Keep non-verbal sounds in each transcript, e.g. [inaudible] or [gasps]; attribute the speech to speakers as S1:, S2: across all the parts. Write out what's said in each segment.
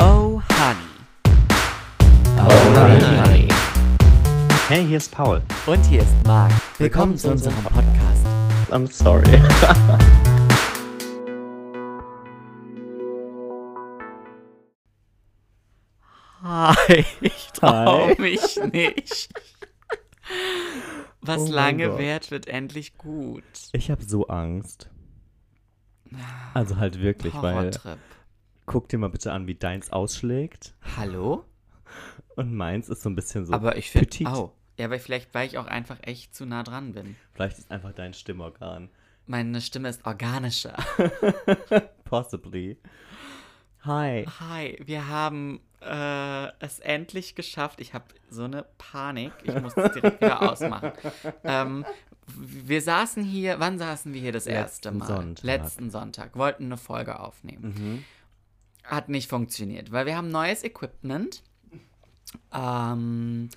S1: Oh, Honey.
S2: Oh,
S3: Alright, honey.
S2: Hey, hier ist Paul.
S1: Und hier ist Marc. Willkommen zu unserem Podcast.
S2: I'm sorry.
S1: Hi, [laughs] ich trau
S2: Hi.
S1: mich nicht. Was
S2: Oh mein
S1: lange
S2: Gott.
S1: währt, wird endlich gut.
S2: Ich habe so Angst. Also halt wirklich, weil
S1: Horrortrip.
S2: guck dir mal bitte an, wie deins ausschlägt
S1: Hallo?
S2: und meins ist so ein bisschen so.
S1: aber ich
S2: petit.
S1: finde. Oh. Ja, aber vielleicht, weil ich auch einfach echt zu nah dran bin.
S2: Vielleicht ist einfach dein Stimmorgan.
S1: Meine Stimme ist organischer.
S2: Possibly. Hi.
S1: Hi, wir haben äh, es endlich geschafft. Ich habe so eine Panik. Ich muss es direkt wieder ausmachen.
S2: [laughs]
S1: Ähm, wir saßen hier, wann saßen wir hier das erste
S2: Letzten
S1: Mal?
S2: Sonntag. Mhm.
S1: Letzten Sonntag. Wollten eine Folge aufnehmen. Hat nicht funktioniert, weil wir haben neues Equipment. Ähm,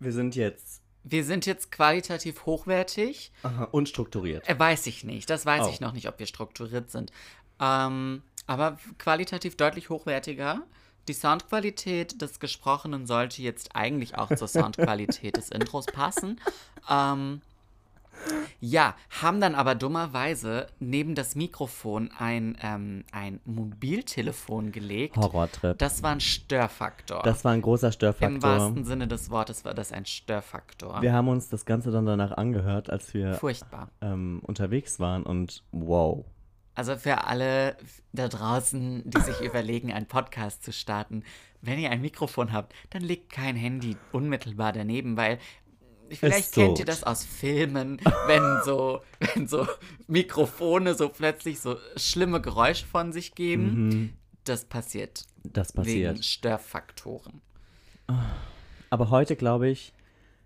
S2: Wir sind jetzt
S1: wir sind jetzt qualitativ hochwertig.
S2: aha, unstrukturiert.
S1: Äh, Weiß ich nicht. Das weiß
S2: Oh.
S1: ich noch nicht, ob wir strukturiert sind. Ähm, aber qualitativ deutlich hochwertiger. Die Soundqualität des Gesprochenen sollte jetzt eigentlich auch zur
S2: [laughs]
S1: Soundqualität des Intros passen. Ähm, ja, haben dann aber dummerweise neben das Mikrofon ein, ähm, ein Mobiltelefon gelegt.
S2: Horrortrip. Das,
S1: Das war ein Störfaktor.
S2: war ein großer
S1: Im
S2: Störfaktor.
S1: wahrsten Sinne des Wortes war das ein Störfaktor.
S2: Wir haben uns das Ganze dann danach angehört, als wir
S1: Furchtbar.
S2: ähm, unterwegs waren und wow.
S1: Also für alle da draußen, die
S2: [laughs]
S1: sich überlegen, einen Podcast zu starten, wenn ihr ein Mikrofon habt, dann legt kein Handy unmittelbar daneben, weil vielleicht kennt
S2: so.
S1: ihr das aus Filmen,
S2: [laughs]
S1: wenn so, wenn so Mikrofone so plötzlich so schlimme Geräusche von sich geben. Das passiert,
S2: Das
S1: wegen
S2: Mhm. passiert.
S1: Störfaktoren.
S2: Aber heute glaube ich,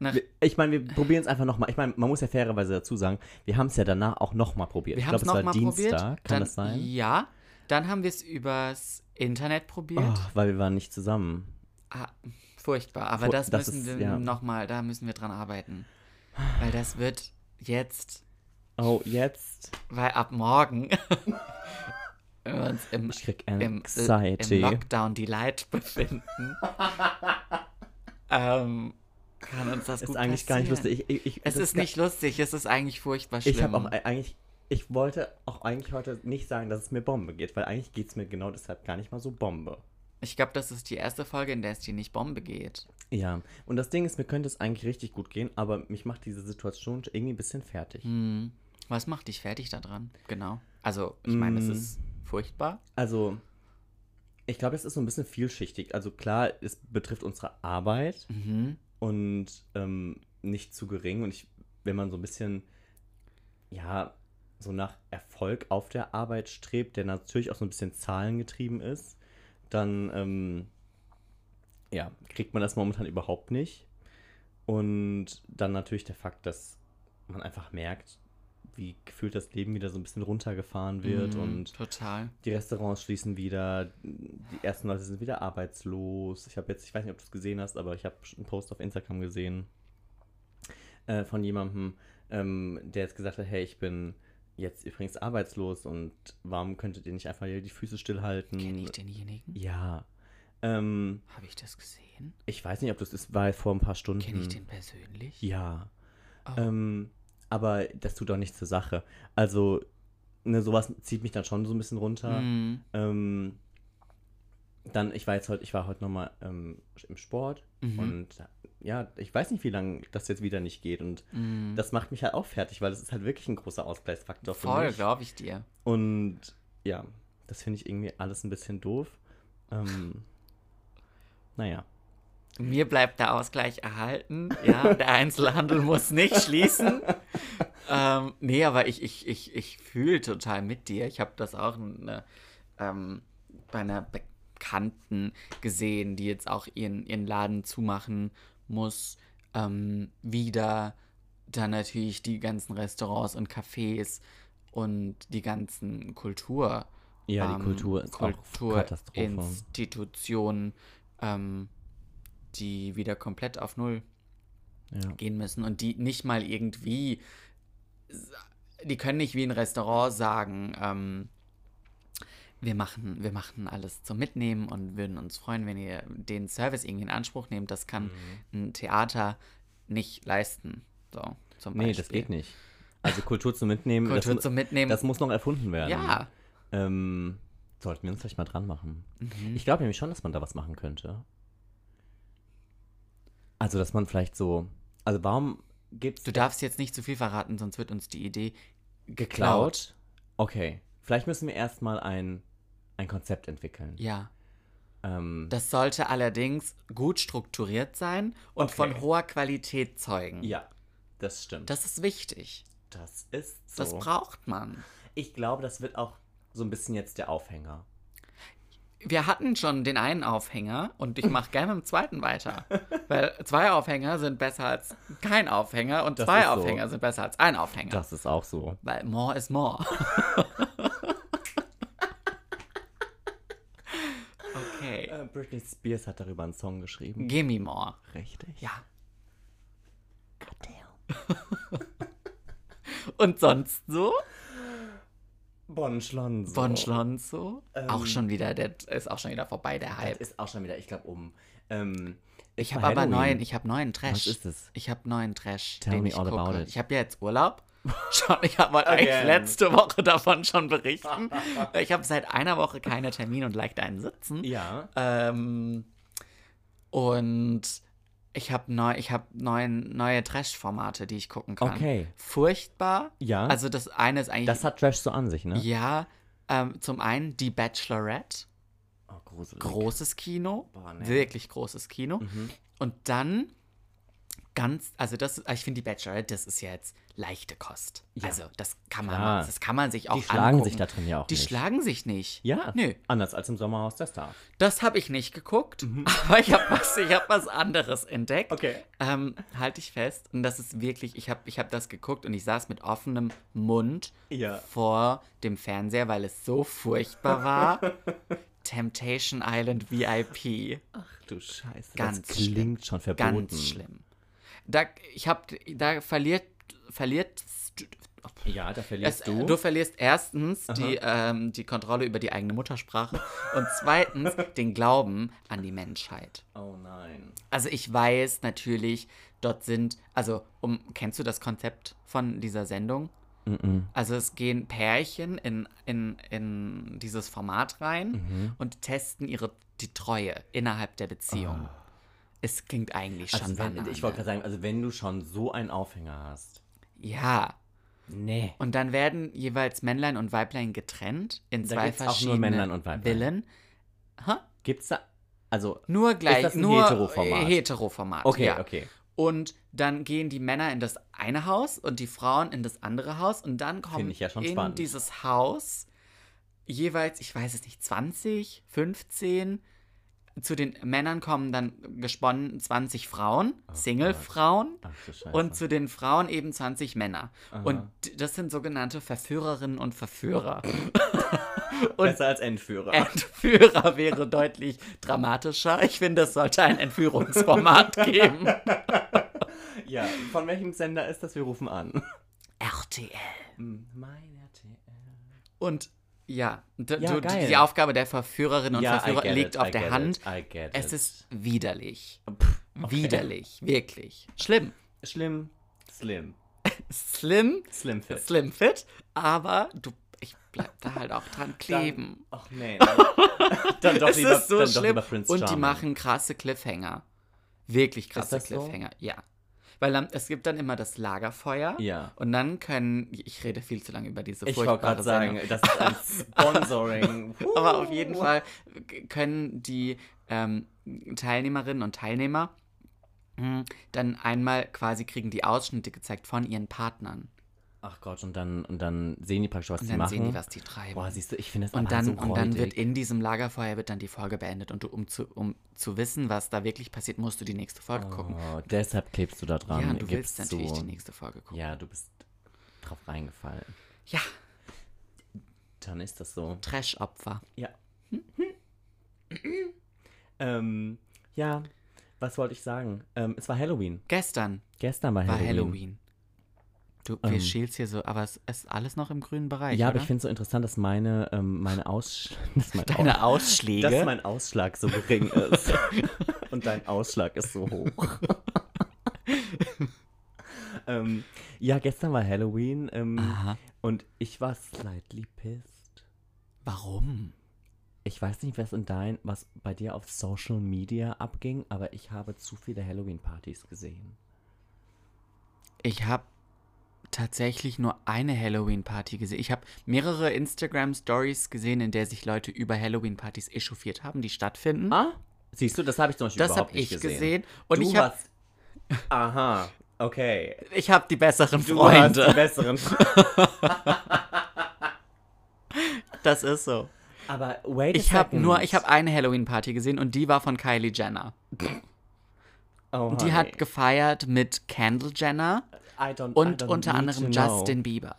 S1: Nach,
S2: Wir- Ich meine, wir probieren es einfach nochmal. Ich meine, man muss ja fairerweise dazu sagen, wir haben es ja danach auch nochmal probiert.
S1: wir
S2: ich
S1: haben
S2: glaube,
S1: es
S2: es war
S1: nochmal probiert.
S2: Dienstag, kann
S1: dann,
S2: das sein?
S1: Ja, dann haben wir es übers Internet probiert.
S2: Oh, weil wir waren nicht zusammen.
S1: Ah, furchtbar, aber
S2: Fu-
S1: das,
S2: das
S1: müssen
S2: ist-
S1: wir
S2: ja.
S1: nochmal, da müssen wir dran arbeiten. Weil das wird jetzt,
S2: Oh, jetzt.
S1: weil ab morgen [laughs] wenn wir uns im,
S2: Ich krieg
S1: im, im
S2: Anxiety.
S1: Lockdown Delight
S2: [laughs]
S1: befinden. ähm, kann uns das
S2: ist
S1: gut
S2: eigentlich
S1: passieren.
S2: gar nicht lustig. Ich, ich, ich,
S1: es
S2: das
S1: ist nicht lustig, es ist eigentlich furchtbar schlimm.
S2: Ich habe auch e- eigentlich. Ich wollte auch eigentlich heute nicht sagen, dass es mir Bombe geht, weil eigentlich geht es mir genau deshalb gar nicht mal so Bombe.
S1: ich glaube, das ist die erste Folge, in der es dir nicht Bombe geht.
S2: Ja. Und das Ding ist, mir könnte es eigentlich richtig gut gehen, aber mich macht diese Situation irgendwie ein bisschen fertig.
S1: Hm. Was macht dich fertig daran? Genau. Also, ich meine, es
S2: Mm.
S1: ist furchtbar.
S2: Also, ich glaube, es ist so ein bisschen vielschichtig. Also klar, es betrifft unsere Arbeit.
S1: Mhm.
S2: und ähm, nicht zu gering. Und ich, wenn man so ein bisschen, ja, so nach Erfolg auf der Arbeit strebt, der natürlich auch so ein bisschen zahlengetrieben ist, dann, ähm, ja, kriegt man das momentan überhaupt nicht. Und dann natürlich der Fakt, dass man einfach merkt, wie gefühlt das Leben wieder so ein bisschen runtergefahren wird
S1: Mhm,
S2: und
S1: Total.
S2: die Restaurants schließen wieder, die ersten Leute sind wieder arbeitslos. Ich habe jetzt, ich weiß nicht, ob du es gesehen hast, aber ich habe einen Post auf Instagram gesehen äh, von jemandem, ähm, der jetzt gesagt hat, hey, ich bin jetzt übrigens arbeitslos und warum könntet ihr nicht einfach hier die Füße stillhalten?
S1: Kenne ich denjenigen?
S2: Ja. Ähm,
S1: Habe ich das gesehen?
S2: ich weiß nicht, ob das ist, war vor ein paar Stunden.
S1: Kenne ich den persönlich?
S2: Mhm. Ja.
S1: Oh.
S2: Ähm, aber das tut auch nichts zur Sache. Also, ne, sowas zieht mich dann schon so ein bisschen runter.
S1: Mhm.
S2: Ähm, dann, ich war jetzt heute, ich war heute nochmal ähm, im Sport
S1: Mhm.
S2: und ja, ich weiß nicht, wie lange das jetzt wieder nicht geht. Und
S1: Mhm.
S2: das macht mich halt auch fertig, weil das ist halt wirklich ein großer Ausgleichsfaktor für
S1: Voll,
S2: mich.
S1: glaube ich dir.
S2: Und ja, das finde ich irgendwie alles ein bisschen doof. Ähm, naja.
S1: Mir bleibt der Ausgleich erhalten. Ja, der Einzelhandel muss nicht schließen. Ähm, nee, aber ich, ich, ich, ich fühle total mit dir. Ich habe das auch ne, ähm, bei einer Bekannten gesehen, die jetzt auch ihren, ihren Laden zumachen muss. Ähm, wieder dann natürlich die ganzen Restaurants und Cafés und die ganzen Kultur.
S2: Ja, die
S1: ähm,
S2: Kultur ist auch Katastrophe.
S1: Kulturinstitutionen, ähm, die wieder komplett auf Null
S2: ja.
S1: gehen müssen und die nicht mal irgendwie, die können nicht wie ein Restaurant sagen, ähm, Wir machen, wir machen alles zum Mitnehmen und würden uns freuen, wenn ihr den Service irgendwie in Anspruch nehmt. Das kann
S2: Mhm.
S1: ein Theater nicht leisten. So, zum
S2: Nee, das geht nicht. Also Kultur zum Mitnehmen,
S1: Kultur
S2: das,
S1: zum Mitnehmen.
S2: das muss noch erfunden werden.
S1: ja.
S2: Ähm, sollten wir uns vielleicht mal dran machen.
S1: Mhm.
S2: Ich glaube nämlich schon, dass man da was machen könnte. Also, dass man vielleicht so. Also, warum gibt's
S1: Du darfst jetzt nicht zu viel verraten, sonst wird uns die Idee geklaut.
S2: geklaut? Okay. Vielleicht müssen wir erstmal ein, ein Konzept entwickeln.
S1: Ja.
S2: Ähm,
S1: Das sollte allerdings gut strukturiert sein und
S2: Okay.
S1: von hoher Qualität zeugen.
S2: ja, das stimmt.
S1: Das ist wichtig.
S2: Das ist so.
S1: Das braucht man.
S2: ich glaube, das wird auch so ein bisschen jetzt der Aufhänger.
S1: Wir hatten schon den einen Aufhänger und ich mache gerne mit dem zweiten
S2: [laughs]
S1: weiter. Weil zwei Aufhänger sind besser als kein Aufhänger und
S2: Das ist
S1: zwei
S2: so.
S1: Aufhänger sind besser als ein Aufhänger.
S2: Das ist auch so.
S1: Weil more is
S2: [laughs]
S1: more. [laughs] okay.
S2: Äh, Britney Spears hat darüber einen Song geschrieben.
S1: Gimme more.
S2: Richtig.
S1: Ja. Und sonst so?
S2: Bon Schlonzo.
S1: Von Schlonzo?
S2: Ähm.
S1: auch schon wieder, der ist auch schon wieder vorbei, der
S2: Das
S1: Hype.
S2: ist auch schon wieder, ich glaube, um. Ähm,
S1: Ich
S2: es
S1: habe
S2: war
S1: aber
S2: Halloween.
S1: neuen, ich habe neuen Trash.
S2: Was ist es?
S1: Ich habe neuen Trash,
S2: Tell
S1: den
S2: me
S1: ich
S2: all
S1: gucke.
S2: about it.
S1: Ich habe ja jetzt
S2: [laughs]
S1: Urlaub. Schon, ich habe wollte eigentlich
S2: Again.
S1: letzte Woche davon schon
S2: [laughs]
S1: berichten. Ich habe seit einer Woche keine Termine und leicht einen sitzen.
S2: Ja.
S1: Ähm, und ich habe neu, ich hab neuen, neue Trash-Formate, die ich gucken kann.
S2: Okay.
S1: Furchtbar.
S2: Ja.
S1: Also das eine ist eigentlich.
S2: Das hat Trash so an sich, ne?
S1: ja, ähm, zum einen die Bachelorette,
S2: Oh, gruselig.
S1: großes Kino,
S2: Boah, ne. Mhm. nee.
S1: wirklich großes Kino. Und dann ganz, also das, ich finde die Bachelorette, das ist ja jetzt leichte Kost.
S2: Ja.
S1: Also das kann man,
S2: Klar.
S1: das kann man sich auch
S2: Die schlagen
S1: angucken.
S2: sich da drin ja auch
S1: Die
S2: nicht.
S1: schlagen sich nicht.
S2: ja.
S1: Nö.
S2: Anders als im Sommerhaus der Stars.
S1: Das habe ich nicht geguckt, [laughs] aber ich habe was, ich hab was anderes entdeckt.
S2: Mhm. Okay.
S1: Ähm, halte ich fest. Und das ist wirklich, ich habe ich hab das geguckt und ich saß mit offenem Mund
S2: Ja.
S1: vor dem Fernseher, weil es so furchtbar war.
S2: [laughs]
S1: Temptation Island VIP.
S2: Ach du Scheiße.
S1: Ganz
S2: das klingt schon verboten.
S1: Ganz schlimm. Da, ich hab, da verliert, verliert
S2: Ja, da
S1: es,
S2: verlierst
S1: du?
S2: äh, du.
S1: verlierst erstens die, ähm, die Kontrolle über die eigene Muttersprache und
S2: [laughs]
S1: zweitens den Glauben an die Menschheit.
S2: Oh nein.
S1: Also ich weiß natürlich, dort sind, also um, kennst du das Konzept von dieser Sendung? Also es gehen Pärchen in, in, in dieses Format rein
S2: Mhm.
S1: und testen ihre die Treue innerhalb der Beziehung. Es klingt eigentlich schon
S2: Ah. Also wenn,
S1: Banane.
S2: ich wollte gerade sagen, also wenn du schon so einen Aufhänger hast.
S1: Ja.
S2: Nee.
S1: Und dann werden jeweils Männlein und Weiblein getrennt in
S2: Da
S1: zwei
S2: gibt's auch nur
S1: verschiedene
S2: Männlein und Weiblein.
S1: Villen.
S2: Gibt's da. Also.
S1: Nur gleich,
S2: das ein
S1: nur
S2: Heteroformat?
S1: Heteroformat,
S2: Okay,
S1: ja.
S2: okay.
S1: Und dann gehen die Männer in das eine Haus und die Frauen in das andere Haus und dann kommen
S2: Finde ich ja schon
S1: in
S2: spannend.
S1: dieses Haus jeweils, ich weiß es nicht, 20, 15. Zu den Männern kommen dann gesponnen 20 Frauen,
S2: Oh
S1: Single-Frauen.
S2: Ach du Scheiße.
S1: Und zu den Frauen eben 20 Männer. Und d- das sind sogenannte Verführerinnen und Verführer. [laughs]
S2: Besser als Endführer.
S1: Entführer wäre deutlich dramatischer. Ich finde, es sollte ein
S2: [laughs]
S1: Entführungsformat geben.
S2: ja. Von welchem Sender ist das? Wir rufen an.
S1: RTL.
S2: Mein RTL.
S1: Und ja, d-
S2: Ja,
S1: du, die,
S2: geil.
S1: die Aufgabe der Verführerin und
S2: Ja, I
S1: Verführer
S2: get
S1: liegt
S2: it,
S1: auf
S2: I
S1: der
S2: get
S1: Hand.
S2: It, I get
S1: Es
S2: it.
S1: ist widerlich.
S2: Pff,
S1: Widerlich, wirklich. Schlimm.
S2: Schlimm. Slim.
S1: Slim,
S2: Slim fit.
S1: slim fit, aber du, ich bleib da halt auch dran
S2: Dann-
S1: kleben.
S2: Ach
S1: [laughs]
S2: nee. Dann, dann doch
S1: Es
S2: lieber,
S1: ist so
S2: dann Doch
S1: schlimm.
S2: lieber Prince
S1: und die
S2: Charming.
S1: machen krasse Cliffhanger. Wirklich krasse
S2: das so?
S1: Cliffhanger, ja. Weil dann, es gibt dann immer das Lagerfeuer.
S2: Ja.
S1: Und dann können. Ich rede viel zu lange über diese
S2: Ich wollte
S1: furchtbare
S2: gerade sagen, uh.
S1: Sendung.
S2: das ist ein
S1: [laughs]
S2: Sponsoring.
S1: Aber auf jeden Fall können die ähm, Teilnehmerinnen und Teilnehmer mh, dann einmal quasi kriegen die Ausschnitte gezeigt von ihren Partnern.
S2: Ach Gott, und dann, und dann sehen die praktisch, was
S1: Und
S2: sie
S1: dann
S2: machen.
S1: sehen die, was die treiben.
S2: Boah, siehst du, ich finde das
S1: Und
S2: aber
S1: dann,
S2: so
S1: und dann wird
S2: räudig.
S1: in diesem Lagerfeuer wird dann die Folge beendet. Und du, um zu, um zu wissen, was da wirklich passiert, musst du die nächste Folge gucken.
S2: Oh, deshalb klebst du da dran.
S1: Ja, und du
S2: gibst
S1: willst natürlich
S2: zu.
S1: die nächste Folge gucken.
S2: Ja, du bist drauf reingefallen.
S1: Ja,
S2: Dann ist das so.
S1: Trash-Opfer.
S2: Ja. ähm, ja, was wollte ich sagen? Ähm, es war Halloween.
S1: Gestern
S2: Gestern war
S1: war
S2: Halloween.
S1: Halloween. Du Du, wir
S2: Ähm.
S1: schälst hier so, aber es ist alles noch im grünen Bereich.
S2: ja, aber
S1: oder?
S2: ich finde es so interessant, dass meine, ähm, meine Aussch [laughs] dass mein
S1: Deine
S2: Au-
S1: Ausschläge.
S2: dass mein Ausschlag so gering ist. Und dein Ausschlag ist so hoch. [laughs] ähm, ja, gestern war Halloween ähm,
S1: Aha.
S2: und ich war slightly pissed.
S1: Warum?
S2: Ich weiß nicht, was in dein, was bei dir auf Social Media abging, aber ich habe zu viele Halloween-Partys gesehen.
S1: Ich habe tatsächlich nur eine Halloween-Party gesehen. Ich habe mehrere Instagram-Stories gesehen, in der sich Leute über Halloween-Partys echauffiert haben, die stattfinden.
S2: Ah? Siehst du, das habe ich zum Beispiel
S1: das
S2: überhaupt
S1: habe
S2: nicht
S1: ich
S2: gesehen.
S1: gesehen. Und
S2: du
S1: ich habe
S2: hast. Aha, okay.
S1: ich hab die besseren
S2: Du hast die
S1: Freunde.
S2: besseren.
S1: [laughs] Das ist so.
S2: Aber wait
S1: Ich habe nur, ich habe eine Halloween-Party gesehen und die war von Kylie Jenner.
S2: Oh,
S1: Die
S2: honey.
S1: hat gefeiert mit Kendall Jenner
S2: I don't,
S1: und
S2: I don't
S1: unter
S2: need
S1: anderem
S2: to know.
S1: Justin Bieber.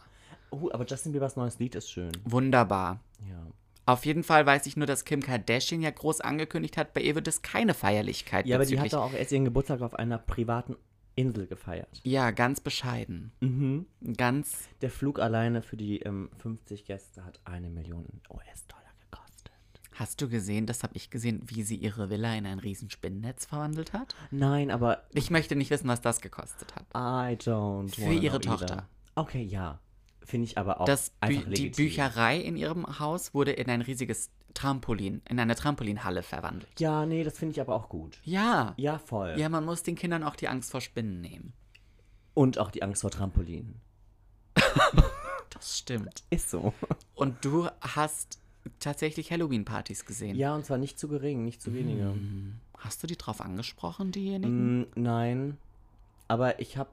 S2: Oh, aber Justin Biebers neues Lied ist schön.
S1: Wunderbar.
S2: Ja.
S1: Auf jeden Fall weiß ich nur, dass Kim Kardashian ja groß angekündigt hat, bei ihr wird es keine Feierlichkeit
S2: Ja, aber die hat
S1: bezüglich.
S2: doch auch erst ihren Geburtstag auf einer privaten Insel gefeiert.
S1: ja, ganz bescheiden.
S2: Mhm.
S1: Ganz.
S2: Der Flug alleine für die ähm, 50 Gäste hat eine Million US-Dollar gekostet.
S1: Hast du gesehen, das habe ich gesehen, wie sie ihre Villa in ein Riesenspinnennetz verwandelt hat?
S2: Nein, aber
S1: Ich möchte nicht wissen, was das gekostet hat.
S2: I don't
S1: Für
S2: wanna
S1: ihre
S2: know
S1: Tochter.
S2: Either. Okay, ja. Finde ich aber auch
S1: Das Bü
S2: einfach
S1: die
S2: legitim.
S1: Bücherei in ihrem Haus wurde in ein riesiges Trampolin, in eine Trampolinhalle verwandelt.
S2: Ja, nee, das finde ich aber auch gut.
S1: Ja.
S2: Ja, voll.
S1: Ja, man muss den Kindern auch die Angst vor Spinnen nehmen.
S2: Und auch die Angst vor Trampolinen.
S1: Das stimmt.
S2: Ist so.
S1: Und du hast tatsächlich Halloween-Partys gesehen.
S2: [laughs] Ja, und zwar nicht zu gering, nicht zu wenige.
S1: Hm. Hast du die drauf angesprochen, diejenigen?
S2: Mm, nein. Aber ich habe,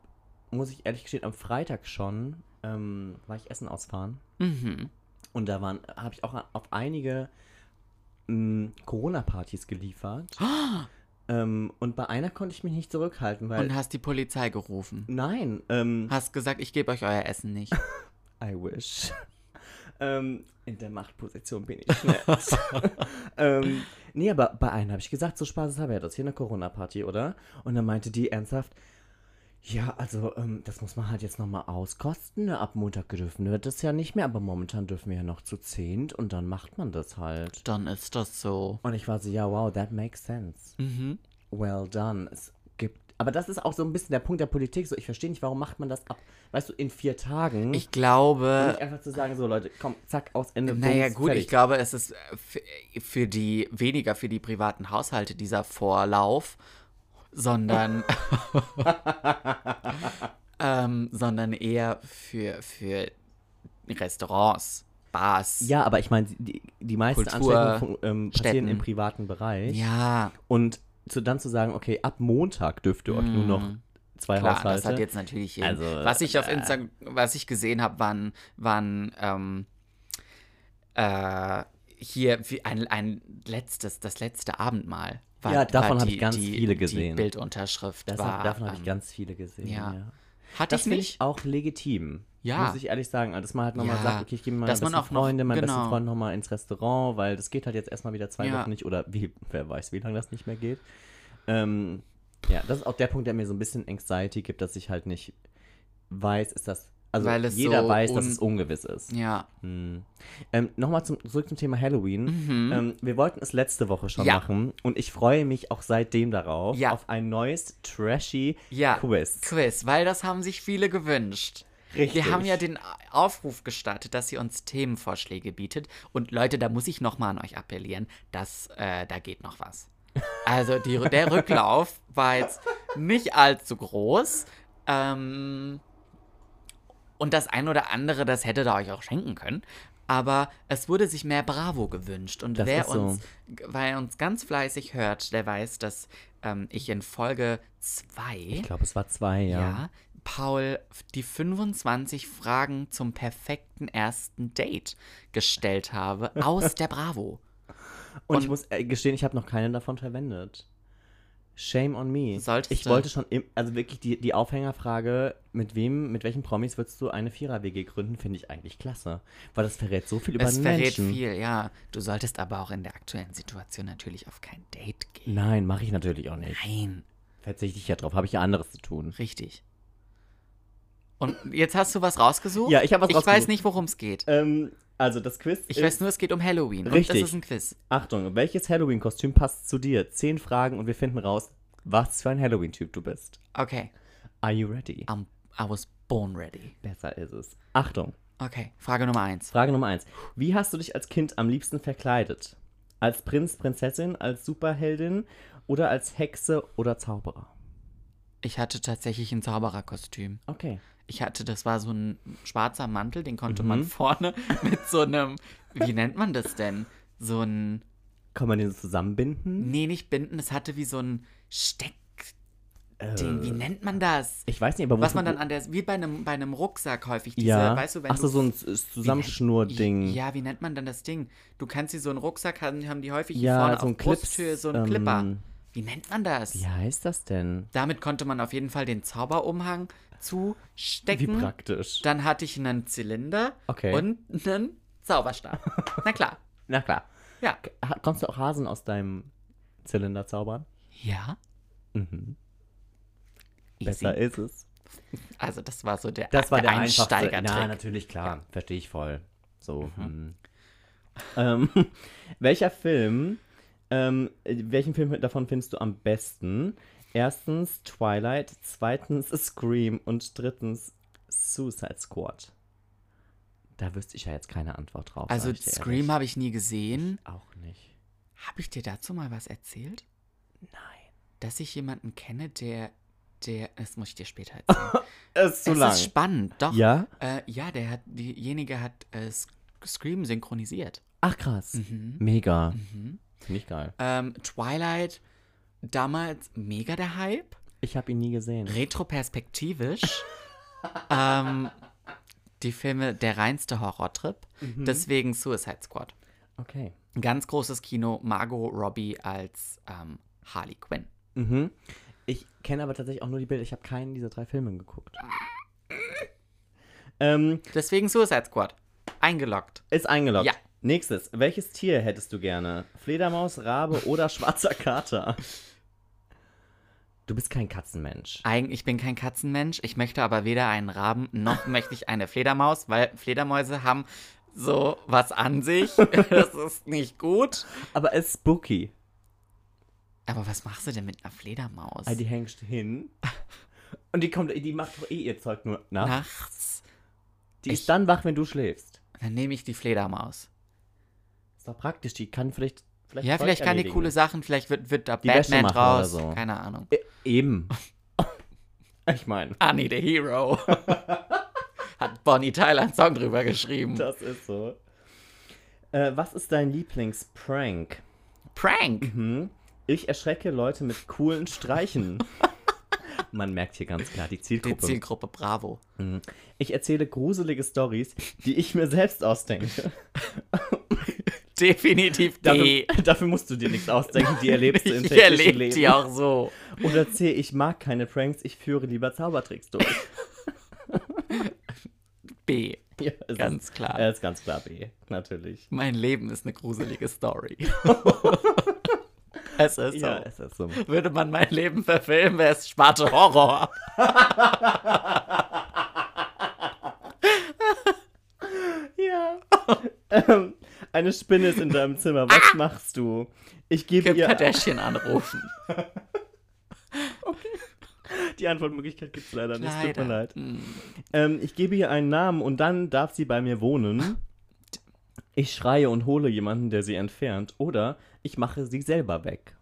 S2: muss ich ehrlich gestehen, am Freitag schon ähm, war ich Essen ausfahren.
S1: Mhm.
S2: Und da waren, habe ich auch auf einige mm,
S1: [gasps]
S2: Corona-Partys geliefert. Ähm, und bei einer konnte ich mich nicht zurückhalten, weil.
S1: Und hast die Polizei gerufen.
S2: nein, ähm,
S1: Hast gesagt, ich gebe euch euer Essen
S2: [laughs]
S1: nicht.
S2: I wish. [laughs] ähm, in der Machtposition bin
S1: [laughs]
S2: ich nicht. ähm, nee, aber bei einem habe ich gesagt, so Spaß habe ja das hier eine Corona-Party, oder? Und dann meinte die ernsthaft, ja, also ähm, das muss man halt jetzt nochmal auskosten. Ne? Ab Montag dürfen wir das ja nicht mehr, aber momentan dürfen wir ja noch zu zehnt und dann macht man das halt.
S1: Dann ist das so.
S2: Und ich war so, ja, wow, that makes sense.
S1: Mhm.
S2: Well done. Es gibt. Aber das ist auch so ein bisschen der Punkt der Politik. So, ich verstehe nicht, warum macht man das ab, weißt du, in vier Tagen.
S1: Ich
S2: Und nicht
S1: glaube.
S2: einfach zu sagen, so Leute, komm, zack, aus, Ende.
S1: Naja,
S2: Hm, Bums,
S1: Äh. gut,
S2: fertig.
S1: ich glaube, es ist äh, für- für die, weniger für die privaten Haushalte dieser Vorlauf,
S2: [laughs]
S1: sondern. ähm, sondern eher für, für Restaurants, Bars.
S2: Ja, aber ich meine, die, die meisten
S1: Kultur-
S2: Ansteckungen von, ähm, passieren
S1: Städten.
S2: im privaten Bereich.
S1: Ja,
S2: Und zu, dann zu sagen, okay, ab Montag dürft ihr euch nur noch zwei
S1: Hm. klar,
S2: Haushalte.
S1: das hat jetzt natürlich jeden.
S2: Also,
S1: was ich auf Instagram, was ich gesehen habe, waren, waren ähm, äh, hier wie ein, ein letztes, das letzte Abendmahl. War,
S2: Ja, davon
S1: war
S2: habe ich
S1: die-
S2: ganz
S1: die,
S2: viele gesehen.
S1: Die Bildunterschrift
S2: das
S1: war.
S2: hab, davon habe ich
S1: ähm,
S2: ganz viele gesehen.
S1: ja.
S2: Ja.
S1: Hatte
S2: Das
S1: ich
S2: finde
S1: nicht.
S2: ich auch legitim.
S1: Ja.
S2: Muss ich ehrlich sagen. Also, dass man halt nochmal
S1: Ja.
S2: sagt, okay, ich gehe mit meinen
S1: Dass man
S2: besten
S1: auch noch-
S2: Freunde, meinen
S1: genau.
S2: besten Freund nochmal ins Restaurant, weil das geht halt jetzt erstmal wieder zwei
S1: Ja.
S2: Wochen nicht oder wie, wer weiß, wie lange das nicht mehr geht. Ähm, ja, das ist auch der Punkt, der mir so ein bisschen Anxiety gibt, dass ich halt nicht weiß, ist das. Also
S1: Weil es
S2: jeder
S1: so
S2: weiß, dass
S1: un-
S2: es ungewiss ist.
S1: ja.
S2: Hm. Ähm, Nochmal zum, zurück zum Thema Halloween. Ähm, wir wollten es letzte Woche schon
S1: Mhm. Ja.
S2: machen und ich freue mich auch seitdem darauf
S1: Ja.
S2: auf ein neues trashy
S1: Ja.
S2: Quiz.
S1: Quiz, weil das haben sich viele gewünscht.
S2: Richtig.
S1: Wir haben ja den Aufruf gestartet, dass ihr uns Themenvorschläge bietet. Und Leute, da muss ich nochmal an euch appellieren, dass äh, da geht noch was. Also die, der Rücklauf war jetzt nicht allzu groß. Ähm, und das ein oder andere, das hätte da euch auch schenken können. Aber es wurde sich mehr Bravo gewünscht. Und
S2: Das
S1: wer
S2: ist so.
S1: uns, wer uns ganz fleißig hört, der weiß, dass ähm, ich in Folge 2
S2: Ich glaube, es war zwei, ja.
S1: ja. Paul die 25 Fragen zum perfekten ersten Date gestellt
S2: [laughs]
S1: habe aus der Bravo.
S2: Und,
S1: Und-
S2: ich muss äh, gestehen, ich habe noch keine davon verwendet. Shame on me.
S1: Solltest
S2: ich
S1: du.
S2: wollte schon, im, also wirklich die, die Aufhängerfrage, mit wem, mit welchen Promis würdest du eine Vierer-WG gründen, finde ich eigentlich klasse. Weil das verrät so viel über
S1: es
S2: den
S1: verrät
S2: Menschen.
S1: viel, ja. Du solltest aber auch in der aktuellen Situation natürlich auf kein Date gehen.
S2: Nein, mache ich natürlich auch nicht.
S1: Nein,
S2: Verzichte ich ja drauf, habe ich ja anderes zu tun.
S1: richtig. Und jetzt hast du was rausgesucht?
S2: Ja, ich habe was
S1: Ich
S2: rausgesucht.
S1: weiß nicht, worum es geht.
S2: Ähm, also das Quiz
S1: Ich
S2: ist,
S1: weiß nur, es geht um Halloween. Und
S2: Richtig.
S1: das ist ein Quiz.
S2: Achtung, welches Halloween-Kostüm passt zu dir? Zehn Fragen und wir finden raus, was für ein Halloween-Typ du bist.
S1: Okay.
S2: Are you ready?
S1: I'm, I was born ready.
S2: Besser ist es. Achtung,
S1: Okay, Frage Nummer eins.
S2: Frage Nummer eins. Wie hast du dich als Kind am liebsten verkleidet? Als Prinz, Prinzessin, als Superheldin oder als Hexe oder Zauberer?
S1: Ich hatte tatsächlich ein Zaubererkostüm.
S2: Okay.
S1: Ich hatte, das war so ein schwarzer Mantel, den konnte
S2: Mhm.
S1: man
S2: [laughs]
S1: vorne mit so einem, wie nennt man das denn? So ein,
S2: Kann man den so zusammenbinden?
S1: nee, nicht binden, es hatte wie so ein Steckding, wie nennt man das?
S2: Äh, Ich weiß nicht, aber
S1: Was
S2: wofür-
S1: man dann an der, wie bei einem, bei einem Rucksack häufig, diese,
S2: ja.
S1: weißt du, wenn
S2: Ach so,
S1: du
S2: so ein S- Zusammenschnur-Ding.
S1: Ja, wie nennt man denn das Ding? Du kannst sie so einen Rucksack haben, haben die häufig
S2: Ja,
S1: hier vorne
S2: so ein
S1: auf
S2: Clips,
S1: Brusthöhe, so
S2: ähm,
S1: einen Clipper. Wie nennt man das?
S2: Wie heißt das denn?
S1: Damit konnte man auf jeden Fall den Zauberumhang
S2: Wie
S1: zustecken.
S2: praktisch.
S1: Dann hatte ich einen Zylinder
S2: Okay.
S1: und einen
S2: [laughs]
S1: Zauberstab. Na klar.
S2: Na klar.
S1: Ja.
S2: Ha- Konntest du auch Hasen aus deinem Zylinder zaubern?
S1: Ja.
S2: Mhm.
S1: Easy.
S2: Besser ist es.
S1: Also das war so der,
S2: Das war der, einfachste.
S1: Einsteigertrick.
S2: Na, natürlich, klar. Verstehe ich voll. So. hm. Ähm, [laughs] welcher Film, ähm, welchen Film davon findest du am besten? Erstens Twilight, zweitens Scream und drittens Suicide Squad. Da wüsste ich ja jetzt keine Antwort drauf.
S1: also
S2: sag ich dir
S1: Scream
S2: ehrlich.
S1: habe ich nie gesehen.
S2: Auch nicht.
S1: Habe ich dir dazu mal was erzählt?
S2: Nein.
S1: Dass ich jemanden kenne, der, der, das muss ich dir später erzählen.
S2: Es ist zu
S1: es
S2: lang.
S1: ist spannend, doch.
S2: ja?
S1: Äh, ja, der hat, diejenige hat äh, Sc- Scream synchronisiert.
S2: Ach krass.
S1: Mhm.
S2: Mega.
S1: Mhm.
S2: Finde ich geil.
S1: Ähm, Twilight, damals mega der Hype,
S2: Ich habe ihn nie gesehen.
S1: retroperspektivisch. ähm, die Filme der reinste Horrortrip, deswegen Suicide Squad.
S2: Okay.
S1: Ganz großes Kino, Margot Robbie als ähm, Harley Quinn.
S2: Mhm. Ich kenne aber tatsächlich auch nur die Bilder. Ich habe keinen dieser drei Filme geguckt. ähm,
S1: Deswegen Suicide Squad. Eingeloggt.
S2: ist eingeloggt.
S1: Ja.
S2: Nächstes. Welches Tier hättest du gerne? Fledermaus,
S1: [laughs]
S2: Rabe oder schwarzer Kater? Du bist kein Katzenmensch.
S1: Eigentlich bin ich kein Katzenmensch, ich möchte aber weder einen Raben noch möchte ich eine Fledermaus, weil Fledermäuse haben so was an sich. Das ist nicht gut.
S2: Aber es ist spooky.
S1: Aber was machst du denn mit einer Fledermaus?
S2: Also die hängst hin. Und die kommt, die macht doch eh ihr Zeug nur nach.
S1: Nachts.
S2: die
S1: ich-
S2: ist dann wach, wenn du schläfst.
S1: Dann nehme ich die Fledermaus.
S2: Ist doch praktisch. Die kann vielleicht. vielleicht
S1: ja,
S2: Zeug
S1: vielleicht kann die
S2: erledigen.
S1: coole Sachen, vielleicht wird, wird da
S2: Die Wäsche
S1: Batman
S2: machen oder
S1: draus.
S2: so.
S1: Keine Ahnung.
S2: E- Eben. ich meine,
S1: Annie the Ah, [laughs] Hero. Hat Bonnie Tyler einen Song drüber geschrieben.
S2: [laughs] das ist so. Äh, was ist dein Lieblingsprank?
S1: Prank.
S2: Hm? Ich erschrecke Leute mit
S1: [laughs]
S2: coolen Streichen. Man merkt hier ganz klar die
S1: Die
S2: Zielgruppe.
S1: Zielgruppe Bravo.
S2: Mhm. Ich erzähle gruselige Stories, die ich mir selbst ausdenke.
S1: Definitiv
S2: Dafür,
S1: die.
S2: [laughs] dafür musst du dir nichts ausdenken,
S1: [laughs]
S2: die erlebst du im
S1: Ich
S2: täglichen
S1: erlebe die
S2: Leben.
S1: auch so.
S2: Oder C, ich mag keine Pranks, ich führe lieber Zaubertricks durch.
S1: [laughs] B.
S2: Ja, es
S1: Ganz
S2: ist,
S1: klar.
S2: Er ist ganz klar B, natürlich.
S1: Mein Leben ist eine gruselige Story. [laughs] es ist
S2: Ja,
S1: so.
S2: es ist so.
S1: Würde man mein Leben verfilmen, wäre es schwarze [laughs] Horror.
S2: Ja. [laughs] ähm, eine Spinne ist in deinem Zimmer.
S1: Ah!
S2: Was machst du? Ich gebe
S1: Kim
S2: ihr.
S1: Kardashian anrufen.
S2: Die Antwortmöglichkeit gibt es leider nicht. Tut mir
S1: Leider.
S2: leid.
S1: Hm.
S2: Ähm, ich gebe ihr einen Namen und dann darf sie bei mir wohnen. Ich schreie und hole jemanden, der sie entfernt. Oder ich mache sie selber weg.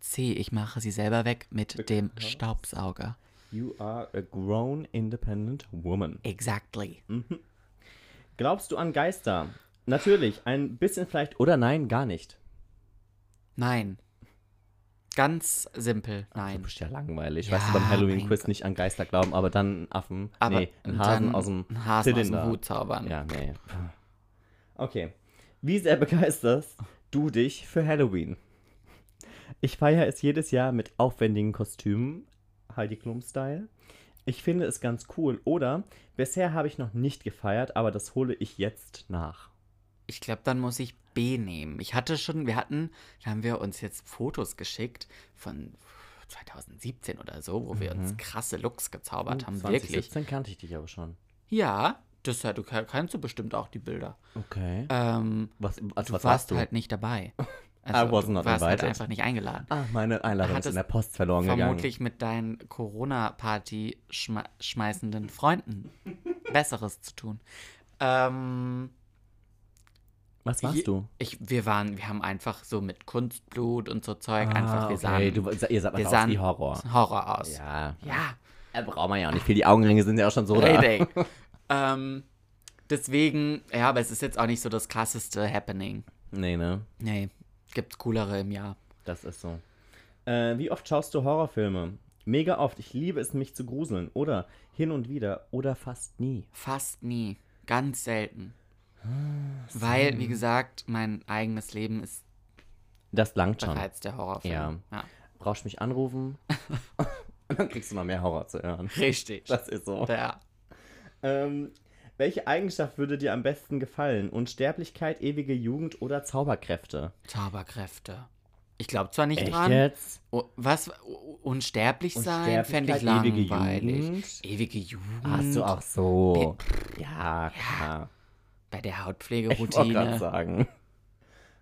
S1: C. Ich mache sie selber weg mit dem Staubsauger.
S2: You are a grown independent woman.
S1: Exactly.
S2: Glaubst du an Geister? Natürlich, ein bisschen vielleicht oder nein, gar nicht.
S1: Nein. Ganz simpel.
S2: Du
S1: Nein.
S2: bist ja langweilig.
S1: Ja,
S2: weißt du, beim
S1: mein
S2: Halloween-Quiz
S1: Gott.
S2: nicht an Geister glauben, aber dann einen Affen.
S1: Aber
S2: nee, einen Hasen
S1: dann
S2: aus dem
S1: einen Hasen aus dem
S2: Zylinder.
S1: Hut zaubern.
S2: Ja, nee. Okay. Wie sehr begeisterst du dich für Halloween? Ich feiere es jedes Jahr mit aufwendigen Kostümen, Heidi Klum-Style. Ich finde es ganz cool. Oder bisher habe ich noch nicht gefeiert, aber das hole ich jetzt nach.
S1: Ich glaube, dann muss ich B nehmen. Ich hatte schon, wir hatten, da haben wir uns jetzt Fotos geschickt von 2017 oder so, wo wir
S2: Mhm.
S1: uns krasse Looks gezaubert
S2: Uh,
S1: haben, wirklich.
S2: 2017 kannte ich dich aber schon.
S1: Ja, das ja, du ke- kennst du bestimmt auch die Bilder.
S2: Okay.
S1: Ähm,
S2: was, also,
S1: du
S2: was warst
S1: warst
S2: du?
S1: halt nicht
S2: [laughs]
S1: dabei.
S2: was
S1: du
S2: not
S1: warst halt
S2: invited.
S1: einfach nicht eingeladen.
S2: ah, meine Einladung ist in
S1: Hattest
S2: der Post verloren gegangen.
S1: Vermutlich mit deinen Corona-Party schma- schmeißenden
S2: [laughs]
S1: Freunden Besseres zu tun. Ähm,
S2: Was warst
S1: je-
S2: du?
S1: Ich, wir waren, wir haben einfach so mit Kunstblut und so Zeug einfach, wir
S2: Ah, okay.
S1: sahen,
S2: du, ihr sagt
S1: wir
S2: einfach aus
S1: sahen
S2: wie Horror.
S1: Horror aus.
S2: Ja.
S1: ja.
S2: Da braucht man ja auch nicht viel. Die Augenringe sind ja auch schon so da.
S1: Payday.
S2: [laughs]
S1: ähm, deswegen, ja, aber es ist jetzt auch nicht so das krasseste Happening.
S2: Nee, ne?
S1: Nee, gibt's coolere im Jahr.
S2: Das ist so. Äh, wie oft schaust du Horrorfilme? Mega oft. Ich liebe es, mich zu gruseln. Oder hin und wieder. Oder fast nie.
S1: Fast nie. Ganz selten.
S2: Ah,
S1: Weil, wie gesagt, mein eigenes Leben ist
S2: Das langt schon.
S1: bereits der Horrorfilm.
S2: Ja. Brauchst
S1: [laughs]
S2: mich anrufen. und dann kriegst du noch mehr Horror zu hören.
S1: Richtig.
S2: Das ist so.
S1: Ja.
S2: Ähm, welche Eigenschaft würde dir am besten gefallen? Unsterblichkeit, ewige Jugend oder Zauberkräfte?
S1: Zauberkräfte. Ich glaube zwar nicht
S2: Echt
S1: dran.
S2: jetzt?
S1: Oh, Was? U- Unsterblich sein fände ich
S2: Unsterblichkeit, ewige
S1: langweilig.
S2: Jugend.
S1: Ewige Jugend.
S2: Hast du auch so. Ja, klar.
S1: Bei der
S2: Ich wollte gerade
S1: Hautpflegeroutine.
S2: sagen.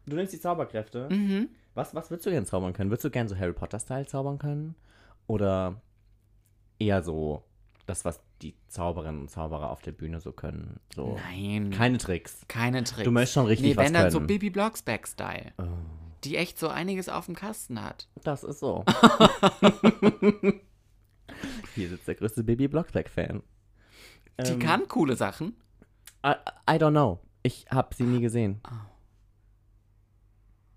S2: Du nimmst die Zauberkräfte.
S1: Mhm.
S2: Was, was würdest du gern zaubern können? Würdest du gern so Harry Potter-Style zaubern können? Oder eher so das, was die Zauberinnen und Zauberer auf der Bühne so können? So.
S1: Nein.
S2: Keine Tricks.
S1: Keine Tricks.
S2: Du möchtest schon richtig
S1: nee,
S2: was
S1: wenn dann so
S2: können.
S1: Bibi Blocksberg-Style. Die echt so einiges auf dem Kasten hat.
S2: Das
S1: [laughs]
S2: ist so. Hier sitzt der größte Baby Blocksberg-Fan.
S1: Die
S2: Ähm,
S1: kann coole Sachen.
S2: I, I don't know. Ich hab sie nie gesehen.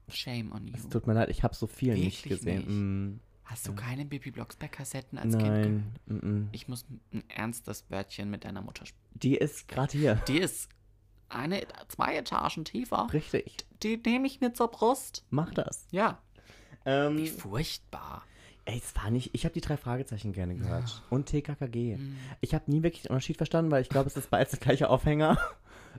S1: Shame on
S2: Es
S1: you.
S2: tut mir leid, ich hab so viel nicht
S1: Oh. Wirklich
S2: gesehen.
S1: nicht?
S2: Mm,
S1: Hast du keine Bibi Blocksberg-Kassetten als Kind? gehört?
S2: nein. mm, mm.
S1: Ich muss ein ernstes Wörtchen mit deiner Mutter sprechen.
S2: Die ist gerade hier.
S1: Die ist eine, zwei Etagen tiefer.
S2: Richtig.
S1: Die nehme ich mir zur Brust.
S2: Mach das.
S1: Ja. Wie
S2: Ähm,
S1: furchtbar.
S2: ey, es war nicht. Ich habe die drei Fragezeichen gerne gehört. Und TKKG.
S1: Mhm.
S2: Ich habe nie wirklich den Unterschied verstanden, weil ich glaube, es ist beides der gleiche Aufhänger. [laughs]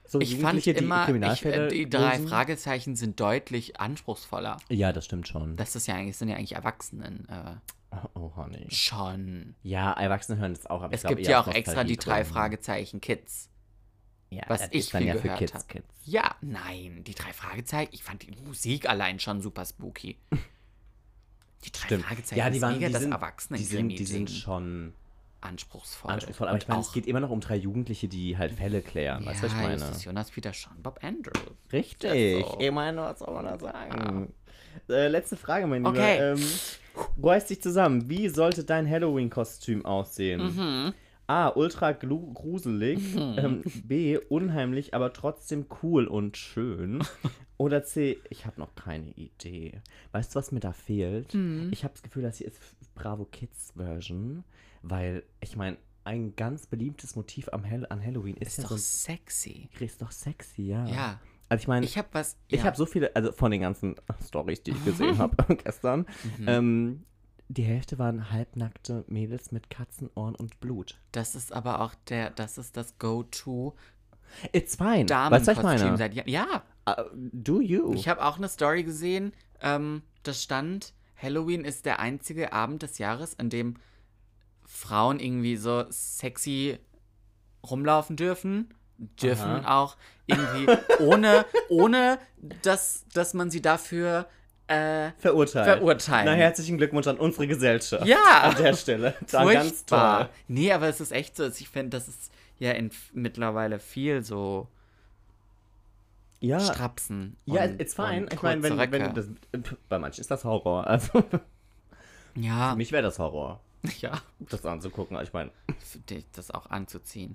S2: So
S1: Ich fand
S2: Jugendliche,
S1: immer, ich,
S2: Kriminalfälle
S1: äh, die drei
S2: lösen.
S1: Fragezeichen sind deutlich anspruchsvoller.
S2: Ja, das stimmt schon.
S1: Das ist ja eigentlich, sind ja eigentlich Erwachsenen äh,
S2: oh, oh, honey.
S1: schon.
S2: Ja, Erwachsene hören das auch, aber ich
S1: Es
S2: glaub,
S1: gibt
S2: eher
S1: ja
S2: aus
S1: auch extra die drei
S2: Nostalgiegründen.
S1: Fragezeichen Kids.
S2: Ja,
S1: was
S2: das
S1: ich
S2: ist dann
S1: viel
S2: ja für
S1: gehört
S2: Kids,
S1: hab.
S2: Kids.
S1: Ja, nein, die drei Fragezeichen. Ich fand die Musik allein schon super spooky. Die drei Fragezeichen
S2: Ja, die
S1: ist
S2: waren
S1: mega
S2: die
S1: das
S2: sind,
S1: erwachsenen
S2: die sind, die sind
S1: Krimi-Ding.
S2: schon
S1: anspruchsvoll.
S2: anspruchsvoll, aber
S1: Und
S2: ich meine, es
S1: auch-
S2: geht immer noch um drei Jugendliche, die halt Fälle klären. weißt du, was ich
S1: Ja,
S2: meine?
S1: Das ist Jonas Peter schon Bob Andrews.
S2: Richtig.
S1: Das so.
S2: Ich meine, was soll man da sagen? Äh, letzte Frage, mein Lieber.
S1: Okay.
S2: Ähm, reiß dich zusammen. Wie sollte dein Halloween-Kostüm aussehen? A. Ultra glu- gruselig. Ähm, B. Unheimlich, aber trotzdem cool und [laughs] schön. Oder C. Ich habe noch keine Idee. Weißt du, was mir da fehlt? Ich habe das Gefühl, das hier ist Bravo Kids Version, weil ich meine, ein ganz beliebtes Motiv am Hall an Halloween ist,
S1: Ist
S2: ja
S1: doch
S2: so ein
S1: sexy.
S2: ist doch sexy, ja.
S1: Ja.
S2: Also ich meine,
S1: Ich habe was.
S2: ich
S1: ja.
S2: habe so viele, also von den ganzen [laughs] Stories, die
S1: [laughs]
S2: ich gesehen habe [laughs] gestern,
S1: Mhm.
S2: ähm, die Hälfte waren halbnackte Mädels mit Katzenohren und Blut.
S1: Das ist aber auch der. Das ist das Go-To
S2: It's fine. Hm. Weißt du, was ich
S1: Damenkostüm
S2: meine?
S1: seit Jahren. Ja.
S2: Uh, do you?
S1: Ich habe auch eine Story gesehen. Ähm, da stand, Halloween ist der einzige Abend des Jahres, an dem Frauen irgendwie so sexy rumlaufen dürfen. Dürfen auch
S2: [laughs]
S1: irgendwie ohne, ohne dass, dass man sie dafür. Äh,
S2: Verurteilt.
S1: Verurteilen.
S2: Na, herzlichen Glückwunsch an unsere Gesellschaft.
S1: Ja.
S2: An der
S1: [laughs]
S2: Stelle. Da ganz
S1: Furchtbar.
S2: toll.
S1: Nee, aber es ist echt so, also ich finde, das ist ja in f- mittlerweile viel so
S2: Ja.
S1: Strapsen.
S2: Äh, Ja,
S1: und-
S2: it's fine.
S1: und
S2: Ich meine, wenn,
S1: kurze
S2: wenn
S1: Röcke.
S2: das, bei manchen ist das Horror. Also, für
S1: Ja,
S2: mich wäre das Horror, [laughs]
S1: ja,
S2: das anzugucken. Ich meine,
S1: für dich das auch anzuziehen.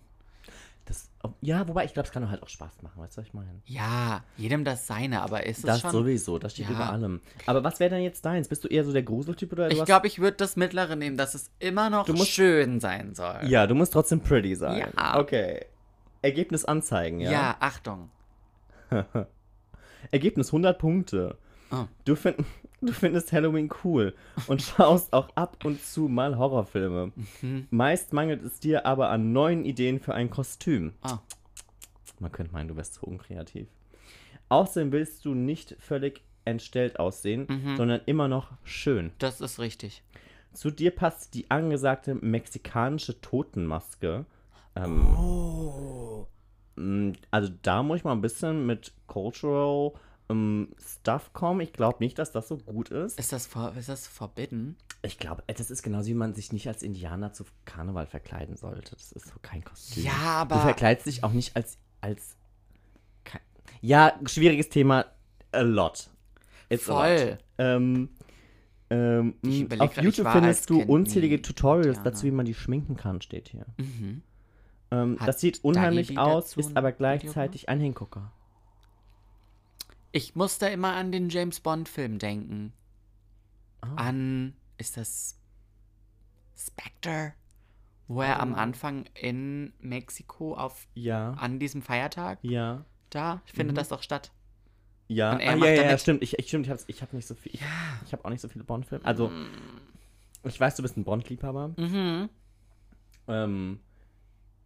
S2: das, oh, ja, wobei ich glaube, es kann doch halt auch Spaß machen. Weißt du, was ich meine?
S1: Ja, jedem das seine, aber ist
S2: Das
S1: es schon.
S2: sowieso, das steht
S1: Ja.
S2: über allem. Aber was wäre denn jetzt deins? Bist du eher so der Gruseltyp oder du
S1: ich
S2: hast-
S1: glaube, ich würde das Mittlere nehmen, dass es immer noch
S2: musst-
S1: schön sein soll.
S2: Ja, du musst trotzdem pretty sein.
S1: Ja.
S2: Okay. Ergebnis anzeigen, ja?
S1: Ja, Achtung.
S2: Ergebnis 100 Punkte.
S1: Oh.
S2: Du, find, du findest Halloween cool und [laughs] schaust auch ab und zu mal Horrorfilme.
S1: Mhm.
S2: Meist mangelt es dir aber an neuen Ideen für ein Kostüm.
S1: Ah.
S2: Man könnte meinen, du wärst zu unkreativ. Außerdem willst du
S1: Mhm.
S2: nicht völlig entstellt aussehen, sondern immer noch schön.
S1: Das ist richtig.
S2: Zu dir passt die angesagte mexikanische Totenmaske. Ähm,
S1: Oh.
S2: Mm, Also da muss ich mal ein bisschen mit Cultural ähm, Stuff kommen. Ich glaube nicht, dass das so gut ist.
S1: Ist das, ver ist das forbidden?
S2: Ich glaube, äh, das ist genauso, wie man sich nicht als Indianer zu Karneval verkleiden sollte. Das ist so kein Kostüm.
S1: Ja,
S2: Du
S1: aber.
S2: verkleidest dich auch nicht als... als Ke- ja, schwieriges Thema. A lot. It's A lot.
S1: Voll.
S2: Ähm, ähm,
S1: Ich
S2: mh,
S1: überleg
S2: auf
S1: grad, ich
S2: YouTube
S1: war als
S2: findest du
S1: Kind nie
S2: unzählige Tutorials
S1: Indianer.
S2: dazu, wie man die schminken kann, steht hier.
S1: Mhm.
S2: Ähm,
S1: Hat
S2: das sieht unheimlich
S1: Dagibi
S2: aus,
S1: dazu
S2: ist
S1: ein
S2: aber
S1: Video gemacht?
S2: gleichzeitig ein Hingucker.
S1: Ich muss da immer an den James Bond-Film denken.
S2: Ah.
S1: An. Ist das. Spectre? Wo er
S2: Ah.
S1: am Anfang in Mexiko auf.
S2: Ja.
S1: An diesem Feiertag
S2: Ja.
S1: da findet das doch statt.
S2: Ja,
S1: Und er
S2: ah,
S1: macht
S2: ja, ja, ja,
S1: damit-
S2: stimmt. Ich, ich, stimmt, ich habe ich hab nicht so viel. Ich, ich habe auch nicht so viele Bond-Filme. Also,
S1: Hm.
S2: ich weiß, du bist ein Bond-Liebhaber.
S1: Mhm.
S2: Ähm,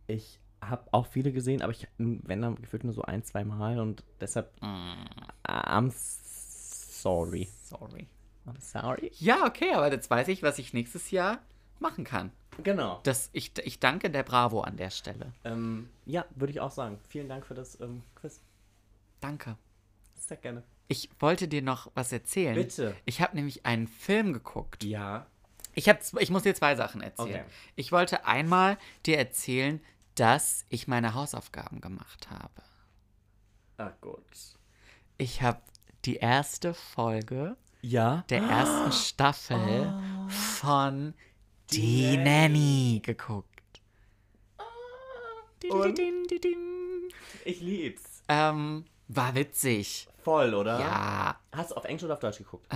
S2: ich habe auch viele gesehen, aber ich, wenn dann gefühlt nur so ein, zwei Mal und deshalb.
S1: Hm.
S2: I'm sorry.
S1: Sorry.
S2: I'm sorry.
S1: Ja, okay, aber jetzt weiß ich, was ich nächstes Jahr machen kann.
S2: Genau.
S1: Das, ich, ich danke der Bravo an der Stelle.
S2: Ähm, ja, würde ich auch sagen. Vielen Dank für das ähm, Quiz.
S1: Danke.
S2: Sehr gerne.
S1: Ich wollte dir noch was erzählen.
S2: Bitte.
S1: Ich habe nämlich einen Film geguckt.
S2: Ja.
S1: Ich, hab, zw- ich muss dir zwei Sachen erzählen.
S2: Okay.
S1: Ich wollte einmal dir erzählen, dass ich meine Hausaufgaben gemacht habe. Ah,
S2: Ach gut.
S1: Ich habe die erste Folge
S2: Ja.
S1: der
S2: [gasps]
S1: ersten Staffel
S2: Oh.
S1: von Die Nanny geguckt.
S2: Oh.
S1: Din,
S2: Und?
S1: din, din, din.
S2: Ich lieb's.
S1: Ähm, war witzig.
S2: Voll, oder?
S1: Ja, Ah.
S2: Hast du auf Englisch oder auf Deutsch geguckt?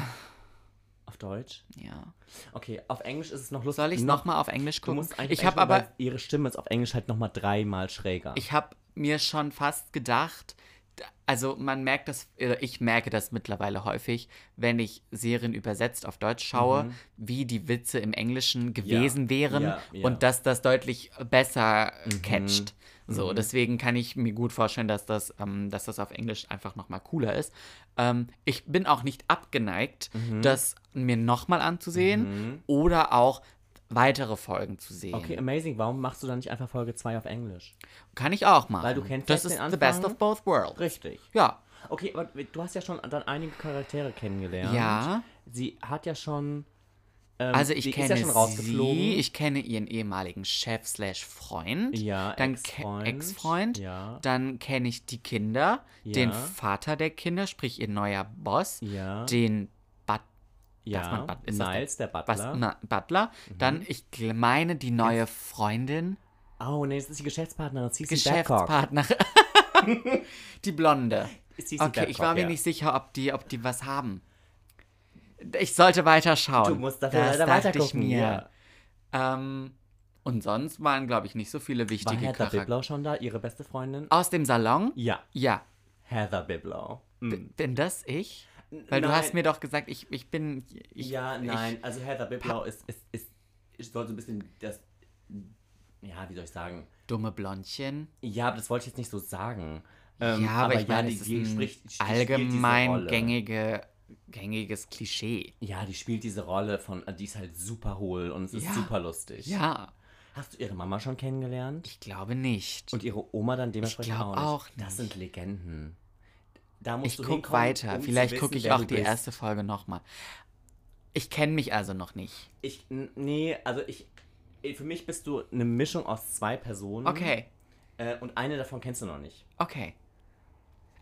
S2: auf Deutsch?
S1: ja.
S2: Okay, auf Englisch ist es noch lustig.
S1: Soll ich es
S2: noch-
S1: nochmal auf Englisch
S2: Du
S1: gucken?
S2: musst eigentlich
S1: Ich habe
S2: Englisch,
S1: aber,
S2: weil ihre Stimme ist auf Englisch halt nochmal dreimal schräger.
S1: ich habe mir schon fast gedacht, d- also man merkt das, oder ich merke das mittlerweile häufig, wenn ich Serien übersetzt auf Deutsch schaue, wie die Witze im Englischen gewesen wären
S2: Mhm. ja, ja. Mhm.
S1: und dass das deutlich besser catcht. So, deswegen kann ich mir gut vorstellen, dass das, ähm, dass das auf Englisch einfach nochmal cooler ist. Ähm, ich bin auch nicht abgeneigt,
S2: Mhm.
S1: das mir nochmal anzusehen oder auch weitere Folgen zu sehen.
S2: okay, amazing. Warum machst du dann nicht einfach Folge 2 auf Englisch?
S1: Kann ich auch machen.
S2: Weil du kennst
S1: das
S2: jetzt
S1: ist
S2: den
S1: the best
S2: Anfang.
S1: of both worlds.
S2: Richtig.
S1: Ja.
S2: Okay, aber du hast ja schon dann einige Charaktere kennengelernt.
S1: Ja.
S2: Sie hat ja schon. ähm,
S1: Also ich
S2: sie
S1: kenne
S2: ist ja schon rausgeflogen.
S1: sie, ich kenne ihren ehemaligen Chef slash Freund.
S2: ja,
S1: dann
S2: Ex-Freund.
S1: ke- Ex-Freund.
S2: Ja.
S1: Dann kenne ich die Kinder,
S2: Ja.
S1: den Vater der Kinder, sprich ihr neuer Boss,
S2: ja.
S1: den But
S2: ja.
S1: darf man Bud- ist das
S2: Niles, der
S1: was,
S2: Butler. Mhm.
S1: na, Butler. Dann, ich gl- meine, die neue Freundin,
S2: oh, nee, das ist die Geschäftspartnerin. Cece Babcock.
S1: Geschäftspartnerin. [laughs] die Blonde.
S2: Cece
S1: Okay, ich war
S2: Babcock,
S1: mir
S2: ja.
S1: nicht sicher, ob die, ob die was haben. Ich sollte weiter schauen.
S2: Du musst dafür
S1: das
S2: leider
S1: dachte
S2: weiter
S1: ich
S2: gucken.
S1: mir.
S2: Ja.
S1: Ähm, und sonst waren, glaube ich, nicht so viele
S2: War
S1: wichtige
S2: Heather
S1: Charaktere.
S2: Biblow schon da, ihre beste Freundin?
S1: Aus dem Salon?
S2: Ja,
S1: Ja.
S2: Heather Biblow.
S1: B-
S2: Mhm.
S1: Bin das ich? Weil du
S2: Nein.
S1: hast mir doch gesagt, ich, ich bin. Ich,
S2: ja, nein, also Heather Biblow ist, ist, ist, ich soll so ein bisschen das, ja, wie soll ich sagen?
S1: Ich, dumme Blondchen.
S2: Ja, aber das wollte ich jetzt nicht so sagen. Ähm,
S1: ja, aber, ich meine,
S2: die-
S1: das ist
S2: die
S1: ein
S2: spricht- die spielt diese
S1: allgemein
S2: Rolle.
S1: gängige, gängiges Klischee.
S2: Ja, die spielt diese Rolle von, die ist halt super hohl und es ist
S1: Ja.
S2: super lustig.
S1: Ja,
S2: Hast du ihre Mama schon kennengelernt?
S1: ich glaube nicht.
S2: Und ihre Oma dann dementsprechend
S1: glaub
S2: auch,
S1: auch
S2: nicht. Das
S1: nicht.
S2: sind Legenden. Da musst
S1: ich
S2: du
S1: guck
S2: hinkommen,
S1: weiter.
S2: um zu
S1: Vielleicht
S2: wissen,
S1: gucke ich
S2: wer
S1: auch
S2: du
S1: die
S2: bist.
S1: erste Folge nochmal. Ich kenne mich also noch nicht.
S2: Ich, n- nee, also ich, für mich bist du eine Mischung aus zwei Personen.
S1: Okay,
S2: Äh, und eine davon kennst du noch nicht.
S1: okay.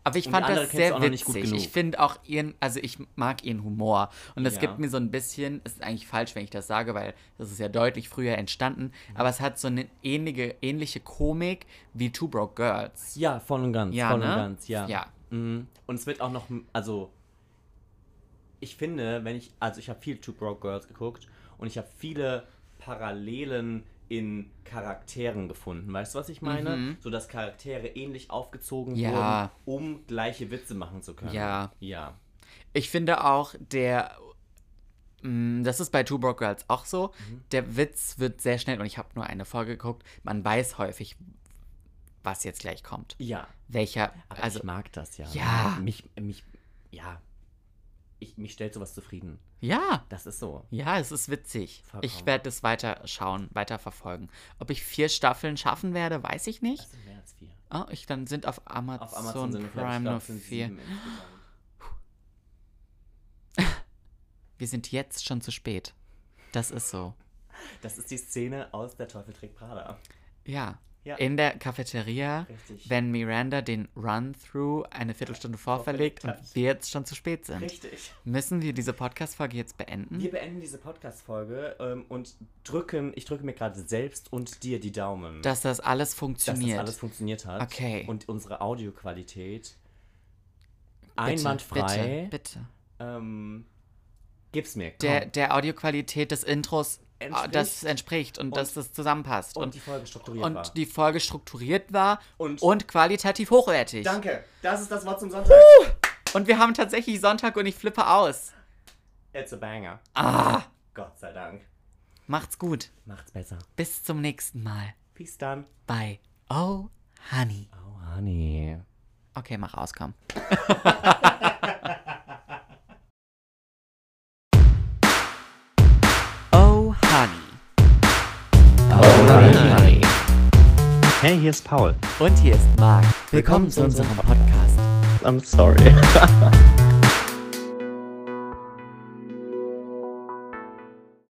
S1: Aber ich
S2: Und die
S1: fand
S2: andere
S1: das
S2: kennst du
S1: sehr
S2: auch noch nicht gut
S1: witzig. Ich
S2: genug.
S1: finde auch ihren, also ich mag ihren Humor. Und das
S2: Ja.
S1: gibt mir so ein bisschen, es ist eigentlich falsch, wenn ich das sage, weil das ist ja deutlich früher entstanden, aber es hat so eine ähnliche, ähnliche Komik wie Two Broke Girls.
S2: Ja, voll und ganz.
S1: Ja,
S2: voll
S1: ne?
S2: und ganz, ja.
S1: Ja.
S2: Mhm. Und es wird auch noch, also ich finde, wenn ich, also ich habe viel Two Broke Girls geguckt und ich habe viele Parallelen in Charakteren gefunden. Weißt du, was ich meine?
S1: Mhm.
S2: So, dass Charaktere ähnlich aufgezogen
S1: Ja.
S2: wurden, um gleiche Witze machen zu können.
S1: Ja.
S2: Ja.
S1: Ich finde auch, der. mm, Das ist bei Two Broke Girls auch so.
S2: Mhm.
S1: Der Witz wird sehr schnell, und ich habe nur eine Folge geguckt, man weiß häufig, was jetzt gleich kommt.
S2: Ja.
S1: Welcher.
S2: Aber
S1: also,
S2: ich mag das ja.
S1: Ja.
S2: Mich, mich, ja. ich, mich stellt sowas zufrieden.
S1: Ja,
S2: Das ist so.
S1: ja, es ist witzig.
S2: Vollkommen.
S1: Ich werde es weiter schauen, weiter verfolgen. Ob ich vier Staffeln schaffen werde, weiß ich nicht.
S2: Das sind Also mehr als vier.
S1: Ah, ich, dann sind auf Amazon,
S2: Auf Amazon sind
S1: Prime
S2: glaub
S1: nur
S2: ich, sind
S1: vier.
S2: sieben insgesamt.
S1: Wir sind jetzt schon zu spät. Das ist so.
S2: Das ist die Szene aus Der Teufel trägt Prada.
S1: Ja.
S2: Ja.
S1: In der Cafeteria,
S2: Richtig.
S1: wenn Miranda den Run-Through eine Viertelstunde vorverlegt und
S2: Vorverlegt hat.
S1: wir jetzt schon zu spät sind.
S2: Richtig.
S1: Müssen wir diese Podcast-Folge jetzt beenden?
S2: Wir beenden diese Podcast-Folge ähm, und drücken, ich drücke mir gerade selbst und dir die Daumen,
S1: dass das alles
S2: dass das
S1: funktioniert.
S2: alles funktioniert hat.
S1: Okay.
S2: Und unsere Audioqualität
S1: Bitte,
S2: einwandfrei.
S1: Bitte, bitte.
S2: Ähm, gib's mir. Komm.
S1: Der, der Audioqualität des Intros,
S2: Entspricht.
S1: äh, das entspricht und, dass das zusammenpasst.
S2: und,
S1: Und,
S2: die Folge strukturiert
S1: und,
S2: war.
S1: die Folge strukturiert war
S2: Und-
S1: und, qualitativ hochwertig.
S2: Danke. Das ist das Wort zum Sonntag.
S1: Und wir haben tatsächlich Sonntag und ich flippe aus.
S2: It's a banger.
S1: Ah,
S2: Gott sei Dank.
S1: macht's gut.
S2: Macht's besser.
S1: Bis zum nächsten Mal
S2: Peace dann.
S1: bei Oh Honey.
S2: Oh, honey.
S1: Okay, mach aus,
S2: [laughs]
S1: komm. oh Honey.
S3: Oh nein.
S2: Hey, hier ist Paul.
S1: Und hier ist Marc.
S3: Willkommen zu unserem
S1: Podcast.
S2: I'm sorry.